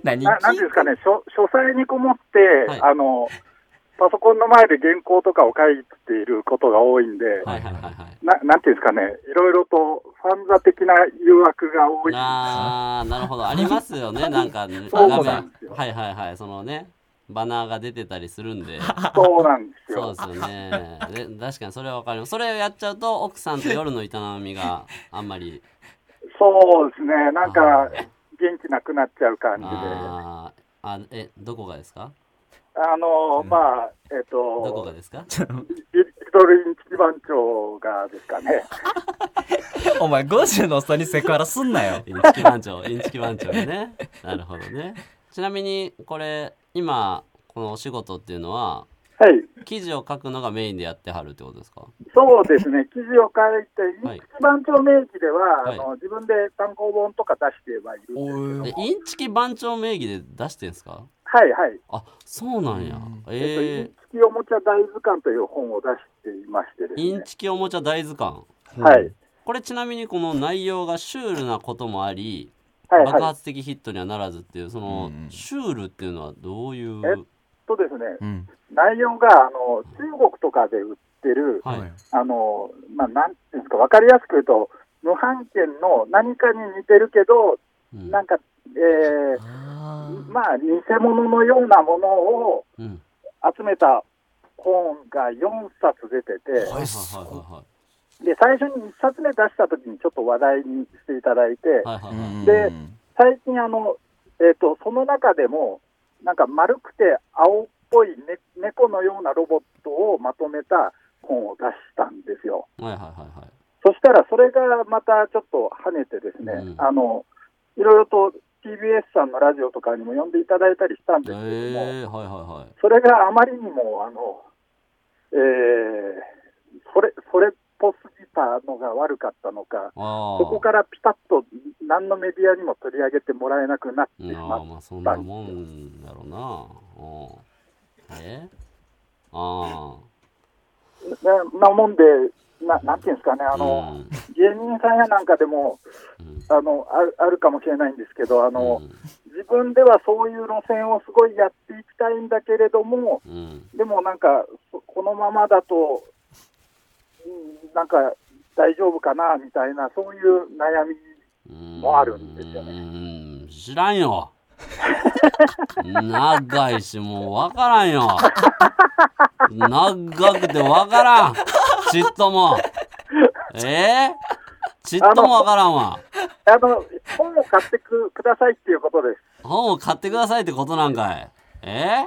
C: 何
D: ななんていうんですかね、書書斎にこもって、
B: はい
D: あの、パソコンの前で原稿とかを書いていることが多いんで、
B: はいはいはいはい
D: ななんていうんですかね、いろいろとファンザ的な誘惑が多い。
B: あーなるほどありますよ ねなんかね
D: そう
B: 画面
D: なんですよ
B: はいはいはいそのねバナーが出てたりするんで
D: そうなんです
B: そう
D: よ。
B: ですよねで確かにそれはわかりますそれをやっちゃうと奥さんと夜の営みがあんまり
D: そうですね、なん
B: あ
D: か
B: ー
D: 元気なくなっちゃう 感じで、あ
B: あーあえどこがですか
D: の、まあ、えっ、
B: どこが
D: と、
B: ですか
D: リリトルインチキ番長がですかね。
C: お前50のおっさんにセクハラすんなよ
B: インチキ番長、 インチキ番長ね。なるほどね。ちなみに、これ、今、このお仕事っていうのは、
D: はい、
B: 記事を書くのがメインでやってはるってことですか
D: そうです ね、記事を書いて、
B: はい
D: インチキ番長名義では、
B: はい
D: あの自分で単行本とか出してはいる。
B: えインチキ番長名義で出してんすか
D: はいはい。
B: あ、そうなんや。
D: えっと、イ
B: え
D: ンチキおもちゃ大図鑑という本を出していましてで
B: ー、イン
D: す
B: チキおもちゃ大図鑑。
D: ね。はい。
B: これちなみにこの内容がシュールなこともあり、
D: はい
B: 爆
D: はい。
B: 発的ヒットにはならずっていう、その
C: うん、
B: シュールっていうのはどういう、
D: えとですね、
C: うん
D: 内容があの中国とかで売ってる、
B: はい。
D: あの、まあ、なんていうんですか、わかりやすく言うと、無版権の何かに似てるけど、
B: うん
D: なんか、え
C: あ
D: ー、まあ、偽物のようなものを
B: うん。
D: 集めた本が4冊出てて、
B: はいはいは
D: で、最初に1冊目出した時にちょっと話題にしていただいて、
B: いはい。はいはいはい。
D: で最近あの、えー、とその中でもなんか丸くて青っぽい、ね、猫のようなロボットをまとめた本を出したんですよ
B: はいはいはいはい。
D: そしたらそれがまたちょっと跳ねてですね、
B: うん
D: あのいろいろと TBS さんのラジオとかにも呼んでいただいたりしたんですけども、
B: えー、はいはいはい。
D: それがあまりにもあの、えーそれそれっぽすぎたのが悪かったのか
B: ああ。
D: そこからピタッと何のメディアにも取り上げてもらえなくなってし
B: うん
D: ま
B: あ
D: っ
B: あまあそんなもんだろうな。うんえあ
D: ななもんでな、なんていうんですかね、あ
B: あ。
D: の
B: うん
D: 芸人さんやなんかでも
B: うん
D: あのあるあるかもしれないんですけどあの、
B: うん
D: 自分ではそういう路線をすごいやっていきたいんだけれども、
B: うん
D: でもなんか、そこのままだと、うんなんか大丈夫かなみたいな、そういう悩み、
B: うん
D: もあるんですよね
B: うん知らんよ。長いしもうわからんよ。長くてわからん。ちっとも。えー、ちっともわからんわ。
D: あの本を買ってくくださいっていうことです。
B: 本を買ってくださいってことなんかい。えー、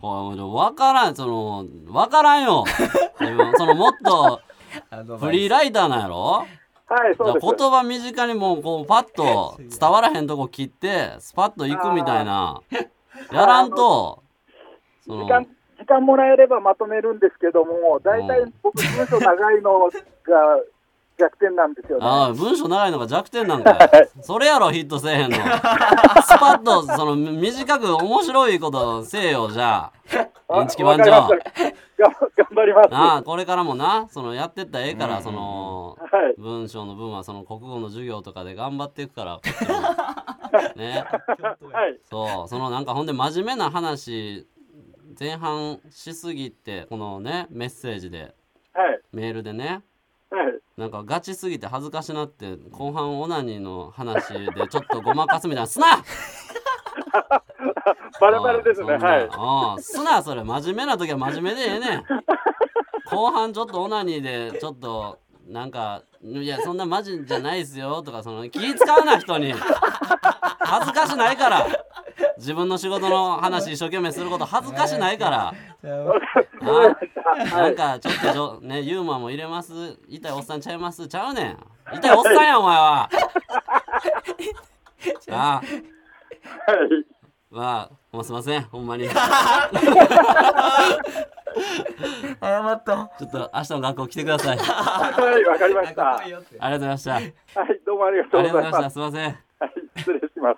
B: ほら、わからん、その、わからんよ。 でもその、もっと、フリーライターなんやろ
D: はい、
B: だ
D: そ
B: か
D: うで
B: ら
D: す。
B: 言葉身近にもう、こう、パッと、伝わらへんとこ切って、スパッと行くみたい な。やらんと、そ
D: 時
B: の、
D: 間時間もらえればまとめるんですけども、大体僕、事務所長いのが弱点なんですよね。
B: ああ、文章長いのが弱点なんかい。それやろ、ヒットせえ へんの。スパッと、その、短く面白いことせえよ、じゃあ。
D: あ
B: インチキ番
D: わ
B: 長
D: か。りました頑張頑張ります。
B: ああ、これからもな、その、やってったらええから、その、
D: はい。
B: 文章の分はその国語の授業とかで頑張っていくからこっちもね
D: はい。
B: そうそのなんかほんで真面目な話前半しすぎてこのねメッセージで
D: はい。
B: メールでね
D: はい。
B: なんかガチすぎて恥ずかしなって後半オナニーの話でちょっとごまかすみたいなすな
E: バレバレですね。
B: そんな
E: はい。
B: ああ、すな、それ、真面目な時は真面目でええ ねん。後半ちょっとオナニーで、ちょっと、なんか、いや、そんなマジじゃないですよとか、その気使わない人に。恥ずかしないから。自分の仕事の話一生懸命すること恥ずかしないから。あなんかちょっとじょ、ね、ユーモアも入れます。痛いおっさんちゃいます。ちゃうねん。痛いおっさんや、お前 は。ああ、
E: はい。
B: まあ、もうすいません、ほんまに。
C: 謝った。
B: ちょっと明日の学校来てください。あ
E: はい、わかりました。は
C: 来いよって。
B: りがとうございました。あり
E: い、どうもありがと
B: が
E: う
B: とうご
E: ご
B: ざ
E: ざ
B: い
E: い
B: まし
E: ま
B: た。
E: す。
B: すいません。
E: はい、失礼しま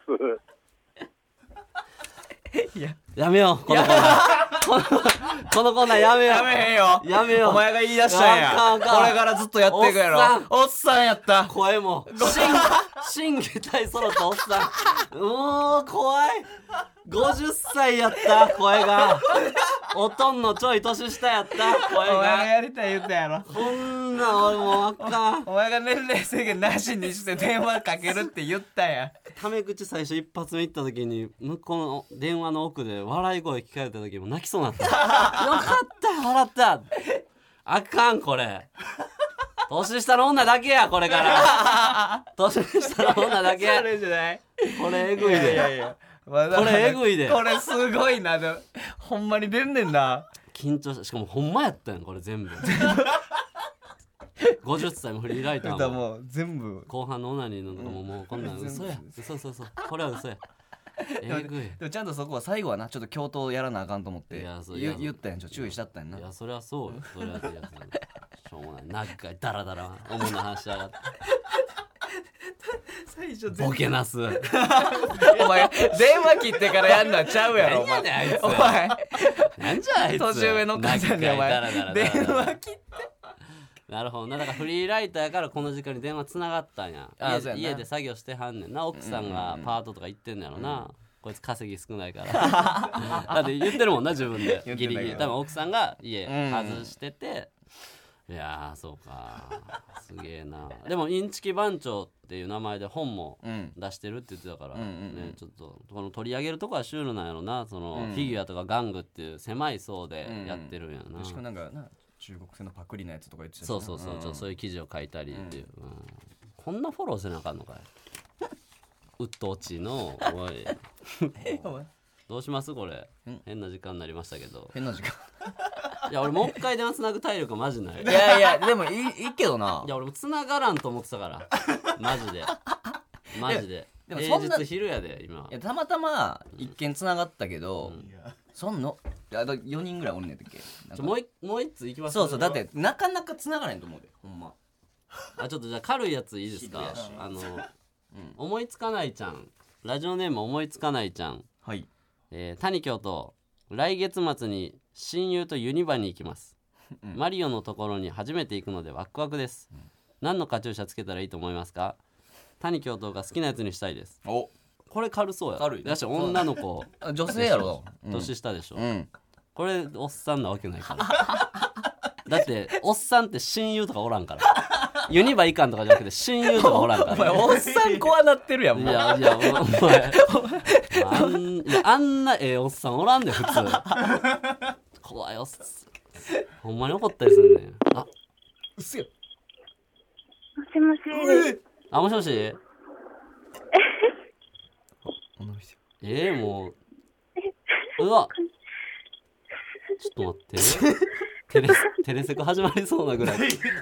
E: す。
B: やめよう、このコーナー。この このコーナーやめよう。
C: やめへんよ。
B: やめよう
C: お前が言い出したん
B: あかん
C: や。
B: あ
C: こ
B: かん
C: れからずっとやっていくやろ
B: おっさん。
C: おっさんやった。
B: 声も、新、新下体揃ったおっさん。うーん、怖い。50歳やった、声が。おとんのちょい年下やった、声
C: お前が
B: が。
C: やりたい言ったやろ。
B: こんなん俺もうあかん。
C: お前が年齢制限なしにして電話かけるって言ったやん。
B: タメ口最初一発目行った時に、向こうの電話の奥で笑い声聞かれた時も泣きそうになった。 よかった、笑った。あかん、これ。年下の女だけや、これから。年下の女だけ。
C: それじゃない。
B: これえぐい
C: い
B: で。
C: やいやいや。まだ
B: これえぐいで
C: これすごいな。でもほんまに出んねんな。
B: 緊張したしかもほんまやったやんこれ全部 50歳もフリーライター
C: 歌
B: も
C: もう全部。
B: 後半のオナニーのとかももうこんなん嘘や嘘そうそうこれは嘘やえぐい
C: でもちゃんとそこは最後はなちょっと教頭やらなあかんと思って
B: いやそうい
C: 言
B: や
C: 言ったやんちょっと注意したったやんない
B: やそりゃそうよそりゃそう やしょうもない何回ダラダラ主な話しやがって
C: 最初
B: ボケなす
C: お前電話切ってからやんのはちゃうやろお
B: 何や
C: 前
B: ねんあいつ
C: お前
B: なんじゃあいつ
C: 年上の母さんに
B: 何回ダ
C: お前
B: ラダラダラダ
C: 電
B: ラ
C: 話切って
B: なるほどなだからフリーライターやからこの時間に電話つながったんや
C: あ
B: 家
C: そうやな
B: 家で作業してはんねんな奥さんがパートとか言ってんのやろな、こいつ稼ぎ少ない からだって言ってるもんな自分で
C: 言って
B: ギ
C: んだけど
B: リギリ多分奥さんが家
C: うん
B: 外してて、いやーそうかすげえなでもインチキ番長っていう名前で本も
C: うん
B: 出してるって言ってたから、
C: うんうんうん
B: ね、ちょっとこの取り上げるとこはシュールなんやろなその、
C: うん
B: フィギュアとか玩具っていう狭い層でやってるんやな、
C: しかもなんかな中国製のパクリのやつとか言ってたしな
B: そうそうそう、
C: ん
B: ちょっとそういう記事を書いたりっていう、うんこんなフォローせなあかんのかいうっとうちのおい
C: お前
B: どうしますこれ
C: ん
B: 変な時間になりましたけど
C: 変な時間
B: いや俺もう一回電話つなぐ体力マジ ないい
C: いやいやでもいいいいけどな
B: や俺もつながらんと思ってたからマジでマジで
C: でも
B: 平
C: そんな
B: 日昼やで今
C: いやたまたま一見つながったけど、そんのあと4人ぐらいおんねんてっけなん
B: ち
C: か
B: ょもう一もう一ついきます
C: そうそうだってなかなかつながらへんと思うでほんま
B: あちょっとじゃあ軽いやついいですかあの、思いつかないちゃんラジオネーム思いつかないちゃん
C: はい
B: えー谷京と来月末に親友とユニバに行きます、
C: うん
B: マリオのところに初めて行くのでワクワクです、何のカチューシャつけたらいいと思いますか谷京都が好きなやつにしたいです
C: お
B: これ軽そうや
C: 軽いね
B: だし女の子
C: 女性やろ
B: 年下でしょ、
C: うん
B: これおっさんなわけないから だっておっさんって親友とかおらんからユニバ行かんとかじゃなくて親友とかおらんか
C: お
B: ら
C: 前おっさん怖なってるやん
B: い
C: もう
B: やいや、おお前、あんいやあんなええおっさんおらんで、普通。怖いおっさん。ほんまに怒ったりすんねん。あ、
C: うっせよ
F: もしもし、
B: あ、もしもしえ
C: 女の人
B: えもう。うわ。ちょっと待って。テレテレセコ始まりそうなぐらい。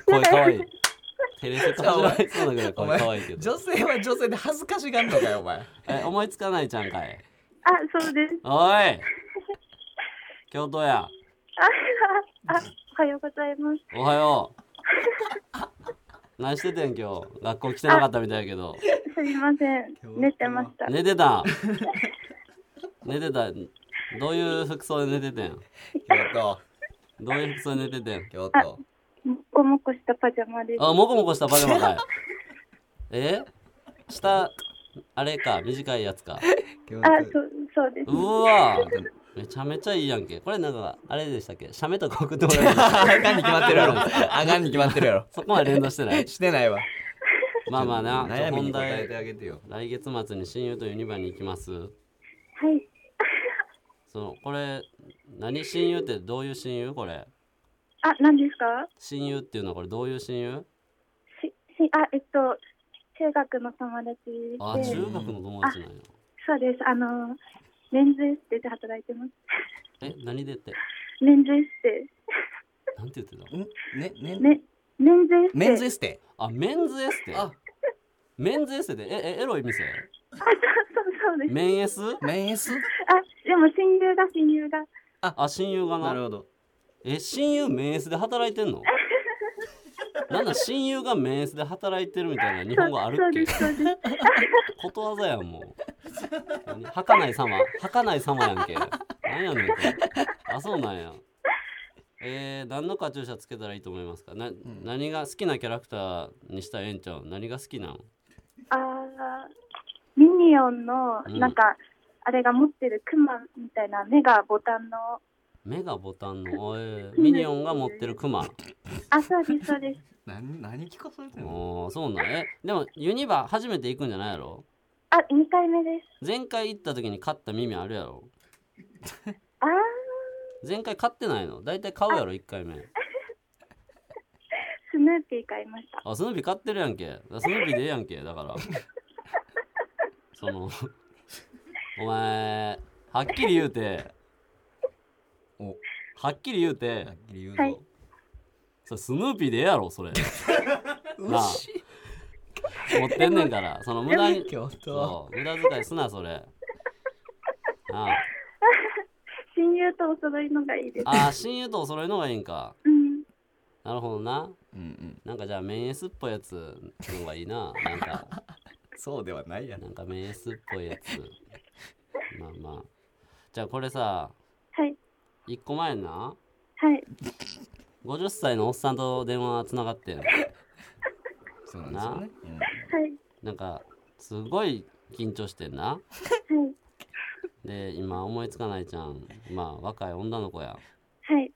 B: 声かわいい。テレセコ始まりそうなぐらい
C: お
B: 声
C: 前
B: かわいいけど。
C: 女性は女性で恥ずかしがんのかよお前
B: え、思いつかないちゃんかい。
F: あ、そうです。
B: おい。京都や。
F: あ、あ、あおはようございます。
B: おはよう。 何しててん今日。学校来てなかったみたいやけど。
F: すみません、寝てました。
B: 寝てた。寝てた。どういう服装で寝ててん。
C: 京都
B: どういう服装で寝ててん。
C: 京都
F: もっこもこしたパジャマです。
B: あ、もこもこしたパジャマかい。え下、あれか、短いやつか。
C: 京
F: あ、そう、そうです。
B: うわめちゃめちゃいいやんけ。これなんか、あれでしたっけ写メとか送ってもらえる
C: あかんに決まってるやろあかんに 決まってるやろ
B: そこまで連動してない。
C: してないわ
B: まあまあな、
C: 悩みに
B: 本
C: 答
B: 題
C: えて。あげてよ
B: 来月末に親友とユニバに行きます。
F: はい。
B: そのこれ何親友ってどういう親友これ
F: あ、何ですか
B: 親友っていうのはこれどういう親友
F: し、し、あ、えっと、中学の友達で
B: あ中学の友達なんや
F: そうです。あの、メンズエステで働いてます。
B: え何でって
F: メンズエステ。
B: なんて言ってた
C: んねね
F: ね、メンズエステ。
C: メンズエステ
B: あメンズエステ
C: あ
B: メンズエステでええエロい店
F: あ、そうそうそうです。
B: メンエス
C: メンエス
F: あ、でも親友が親友が。
B: あ親友がな
C: なるほど
B: え親友メンエスで働いてん のなんだ親友がメンエスで働いてるみたいな日本語ある
F: そう
B: っけ
F: です、そうです。
B: ことわざやんもう何儚い様儚い様やんけなんやねんこれあそうなんやえー、何のカチューシャつけたらいいと思いますかな、何が好きなキャラクターにしたらええんちゃう何が好きなん
F: あーミニオンの、
B: うん
F: なんか、あれが持ってるクマみたいな目がボタンの。
B: 目がボタンの、おえーミニオンが持ってるクマ
F: あ、そうです、そうです。
C: 何何聞かされてんの
B: おーそうなんえでもユニバ初めて行くんじゃないやろ
F: あ、2回目です。
B: 前回行った時に買った耳あるやろ
F: あー
B: 前回買ってないの大体買うやろ1回目
F: スヌーピー買いました。
B: あスヌーピー買ってるやんけだからスヌーピーでええやんけだからそのお前はっきり言うて
C: お
B: はっきり言うて
C: はっきり言う
F: は
C: ぞ
F: い
B: それスヌーピーでええやろそれなあ
C: 牛
B: 持ってんねんからその無駄に
C: 京都
B: そう無駄遣いすなそれああ
F: 親友とお揃いのがいいです。
B: あー親友とお揃いのがいいんか
F: うん。
B: なるほどな
C: うんうん
B: なんかじゃあメンエスっぽいやつの方がいいななんか
C: そうではないやん
B: なんかメンエスっぽいやつまあまあじゃあこれさ
F: はい。
B: 1個前な
F: はい。
B: 50歳のおっさんと電話つながってん
C: そうなんですよねうん
F: はい。
B: なんかすごい緊張してんな
F: はい。
B: で今思いつかないじゃんまあ若い女の子や
F: はい。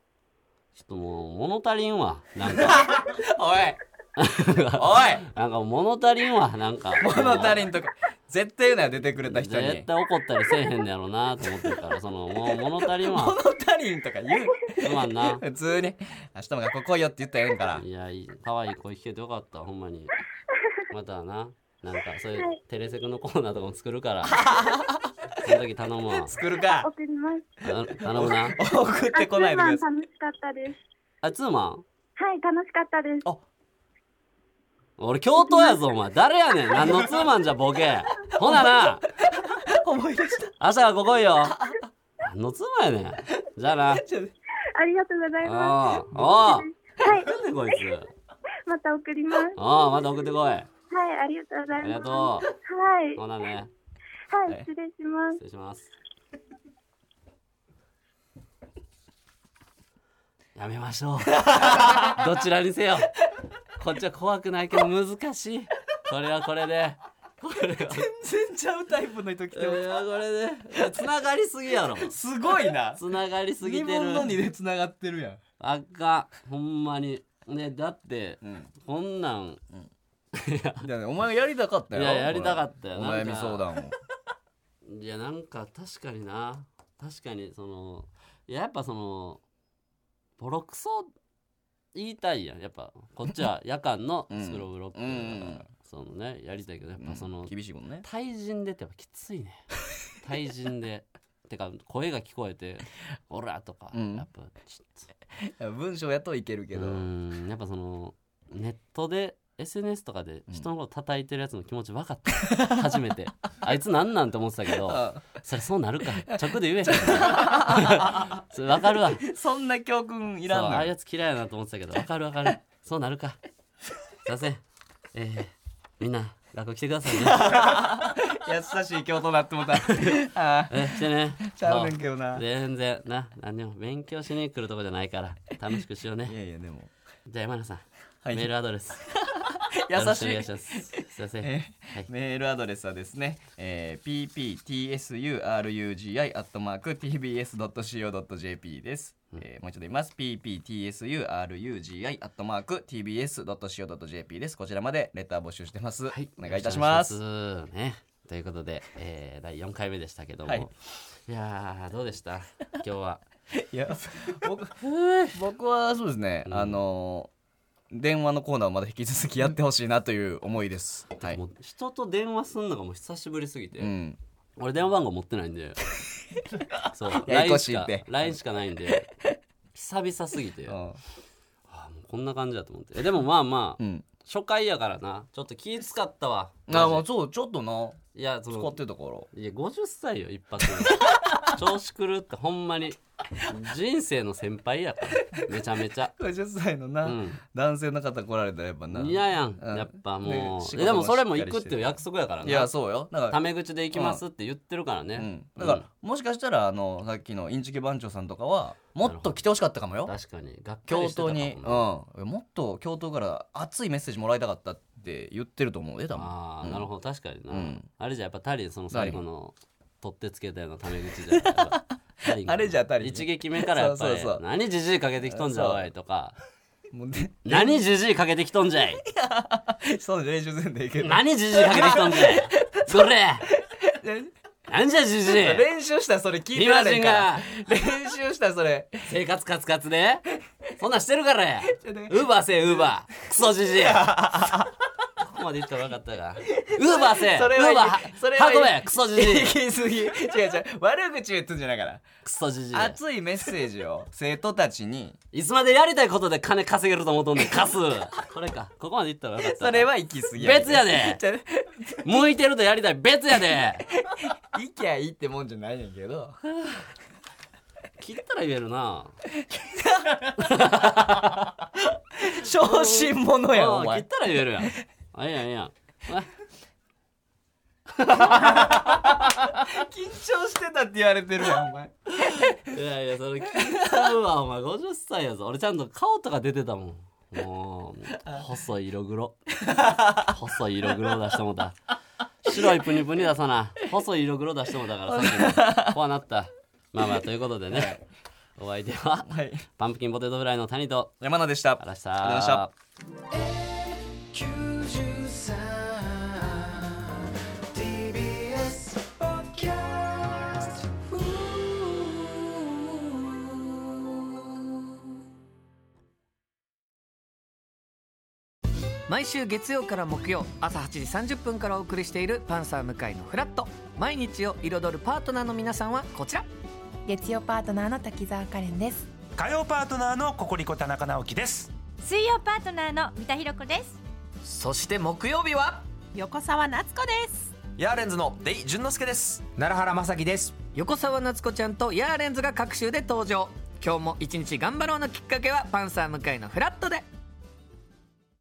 B: ちょっともう物足りんわなんか
C: おいおい
B: なんか物足りんわなんか
C: 物足りんとか絶対言うなよ出てくれた人に
B: 絶対怒ったりせえへんのやろうなと思ってるからそのもう物足りん
C: 物
B: わ
C: 足りんとか言
B: すまんな
C: う普通に明日も学校来いよって言ったらええんから
B: いやいい可愛い声聞けてよかったほんまにまたななんかそういうテレセクのコーナーとかも作るからその時頼むわ
C: 作るか
F: 送ります。
B: 頼頼むな
C: 送っ
F: あ、
C: てこないでくだ
F: ツ
C: さい
F: ーマン楽しかったです。
B: あツーマン
F: はい、楽しかったです。
B: 俺教頭やぞお前誰やねん何のツーマンじゃボケほなな
C: 思い出した
B: 明日はここいよ何のツーマンやねんじゃあな
F: ありがとうございま
B: あああ
F: はい
B: なんでこいつ
F: す。また送ります。
B: ああまた送ってこいあ
F: はい、ありがとうございます。
B: りがと
F: はい。
B: うほなね
F: はいい、失礼します
B: 失。礼しますやめましょうどちらにせよこっちは怖くないけど難しいこれはこれでこれは
C: 全然ちゃうタイプの人来
B: こ
C: ても
B: れはこれでいやつながりすぎやろ
C: すごいな
B: つながりすぎ
C: 2
B: て
C: 分の2
B: る
C: で繋がってるやん
B: あかんほんまにねだって
C: うん
B: こんなん
C: だからお前がやりたかったよ
B: いややりたかったよ
C: お悩
B: な
C: み
B: んか
C: 相談を
B: いやなんか確かにな確かにそのいややっぱそのボロクソ言いたいやんやっぱこっちは夜間の
C: うん
B: スクローブロックだから、
C: うん
B: そのねやりたいけどやっぱその、
C: 厳しいもんね
B: 対人でってやっぱきつ いね対人でてか声が聞こえて「オラ!」とか、
C: うん
B: やっぱちょっ
C: 文章やといけるけ
B: とう
C: ど
B: んやっぱそのネットで SNS とかで人のこと叩いてるやつの気持ち分かった、 初めてあいつなんなんて思ってたけど
C: あ
B: そりゃそうな るか直で言えそれ分かるわそう
C: そんな教訓いらんの
B: ああいう
C: よ
B: やつ嫌いやなと思ってたけど分かる分かるそうなるかすいませんえー、みんな学校来てくださいね、
C: 優しい教頭なってもうた あ
B: えー、来てね
C: ーちゃうねんけど
B: も
C: な
B: う
C: い
B: 全然な何でも勉強しに来るとこじゃないから楽しくしようね
C: やいやでも
B: じゃあ山名さん、
C: はい
B: メールアドレスよ
C: 優
B: ろく
C: し
B: お願
C: い
B: いしますすいません、
C: えー
B: はい
C: メールアドレスはですね、えー、pptsurugi.tbs.co.jp です、えーもう一度言います pptsurugi.tbs.co.jp ですこちらまでレター募集してます、お願いいたします
B: お願いしますねということで、えー第4回目でしたけども、
C: はいい、
B: やーどうでした今日は
C: いや僕僕はそうですね、
B: うん
C: あの電話のコーナーをまだ引き続きやってほしいなという思いです。はい
B: も。う人と電話すんのがもう久しぶりすぎて、
C: うん。
B: 俺電話番号持ってないん でそう
C: やや
B: LINE
C: こし
B: し
C: い
B: か
C: って
B: LINE しかないんで久々すぎて、
C: う
B: あー
C: ん
B: もうこんな感じだと思ってえでもまあまあ、
C: うん。
B: 初回やからなちょっと気使ったわ
C: あ
B: マ
C: ま
B: ジ
C: あそうちょっとな
B: でいやそ
C: 使
B: の
C: ってたから。
B: いや50歳よ一 発目調子狂ってほんまに人生の先輩やからめちゃめちゃ
C: 50歳のな、
B: うん
C: 男性の方来られたらやっぱな。
B: 嫌やん
C: うん
B: やっぱも
C: ね仕
B: う、
C: 事も
B: えでもそれも
C: しっ
B: 行
C: か
B: くっ
C: りして
B: ていう約束やから
C: いや
B: な
C: そうよ。だから
B: タメ口で行きますって言ってるから
C: う
B: ね
C: ん、だから、もしかしたらあのさっきのインチキ番長さんとかはもっと来てほしかったかもよ
B: 確かに学
C: 教頭に、うん、
B: あ
C: もっと教頭から熱いメッセージもらいたかったって言ってると思うえ多分
B: あー、
C: うん
B: なるほど確かにな、
C: うん
B: あれじゃやっぱタリーその最後の取ってつけたようなタメ口じゃやっ ぱタリーが
C: あれじゃタリー
B: 一撃目からやっぱり
C: そうそうそう
B: 何じじいかけてきとんじゃおいとか
C: もうね
B: 何じじいかけてきとんじゃい
C: そうじゃ練習せんでいいけど
B: 何じじいかけてきとんじゃいど れなんじゃじじい
C: 練習したらそれ聞いて
B: リ
C: ら
B: マ
C: れ
B: ジ
C: ん
B: ン
C: から
B: が
C: 練習したらそれ
B: 生活カツカツでそんなんしてるからやウーバーせえウーバークソじ じいここまで言ったら分かったがウーバーせえウ
C: それは
B: ーバ
C: それ
B: ー
C: は
B: 運べクソじじい
C: 行き過ぎ違う違う悪口言ってんじゃないから
B: クソじじい
C: 熱いメッセージを生徒たちに
B: いつまでやりたいことで金稼げると思うとんねん、貸す。これか。ここまで言ったらよかった。
C: それは行き過ぎ
B: 別やで
C: じゃあ
B: 向いてるとやりたい、別やで。
C: 行きゃいいってもんじゃないねんけど
B: 切ったら言えるな。
C: 小心者やんお
B: ああ切っ
C: 前
B: たら言えるやん。あ、いいやん、いいやん。あ
C: 緊張してたって言われてるやんお前
B: いやいや、それ切ったわ、お前。50歳やぞ。俺ちゃんと顔とか出てたもん。もう、細い色黒。細い色黒出してもうた。白いプニプニ出さな。細い色黒出してもうたから、さっきの。怖なった。まあまあ、ということでね。お相手は、
C: はい
B: パンプキンポテトフライの谷と、
C: 山名でした
B: ありがとうござ
C: あり
B: い
C: が
B: ま
C: とうご
B: し
C: ざいましたた。
A: 93 TBS Podcast. Ooh.
G: 毎週月曜から木曜朝8時30分からお送りしている「パンサー向井のフラット」毎日を彩るパートナーの皆さんはこちら
H: 月曜パートナーの滝沢カレンです
I: 火曜パートナーのココリコ田中直樹です
J: 水曜パートナーの三田寛子です
G: そして木曜日は
H: 横澤夏子です
C: ヤーレンズのデイ淳之介です
I: 奈良原まさきです
G: 横澤夏子ちゃんとヤーレンズが各週で登場今日も一日頑張ろうのきっかけは「パンサー向井のフラットで」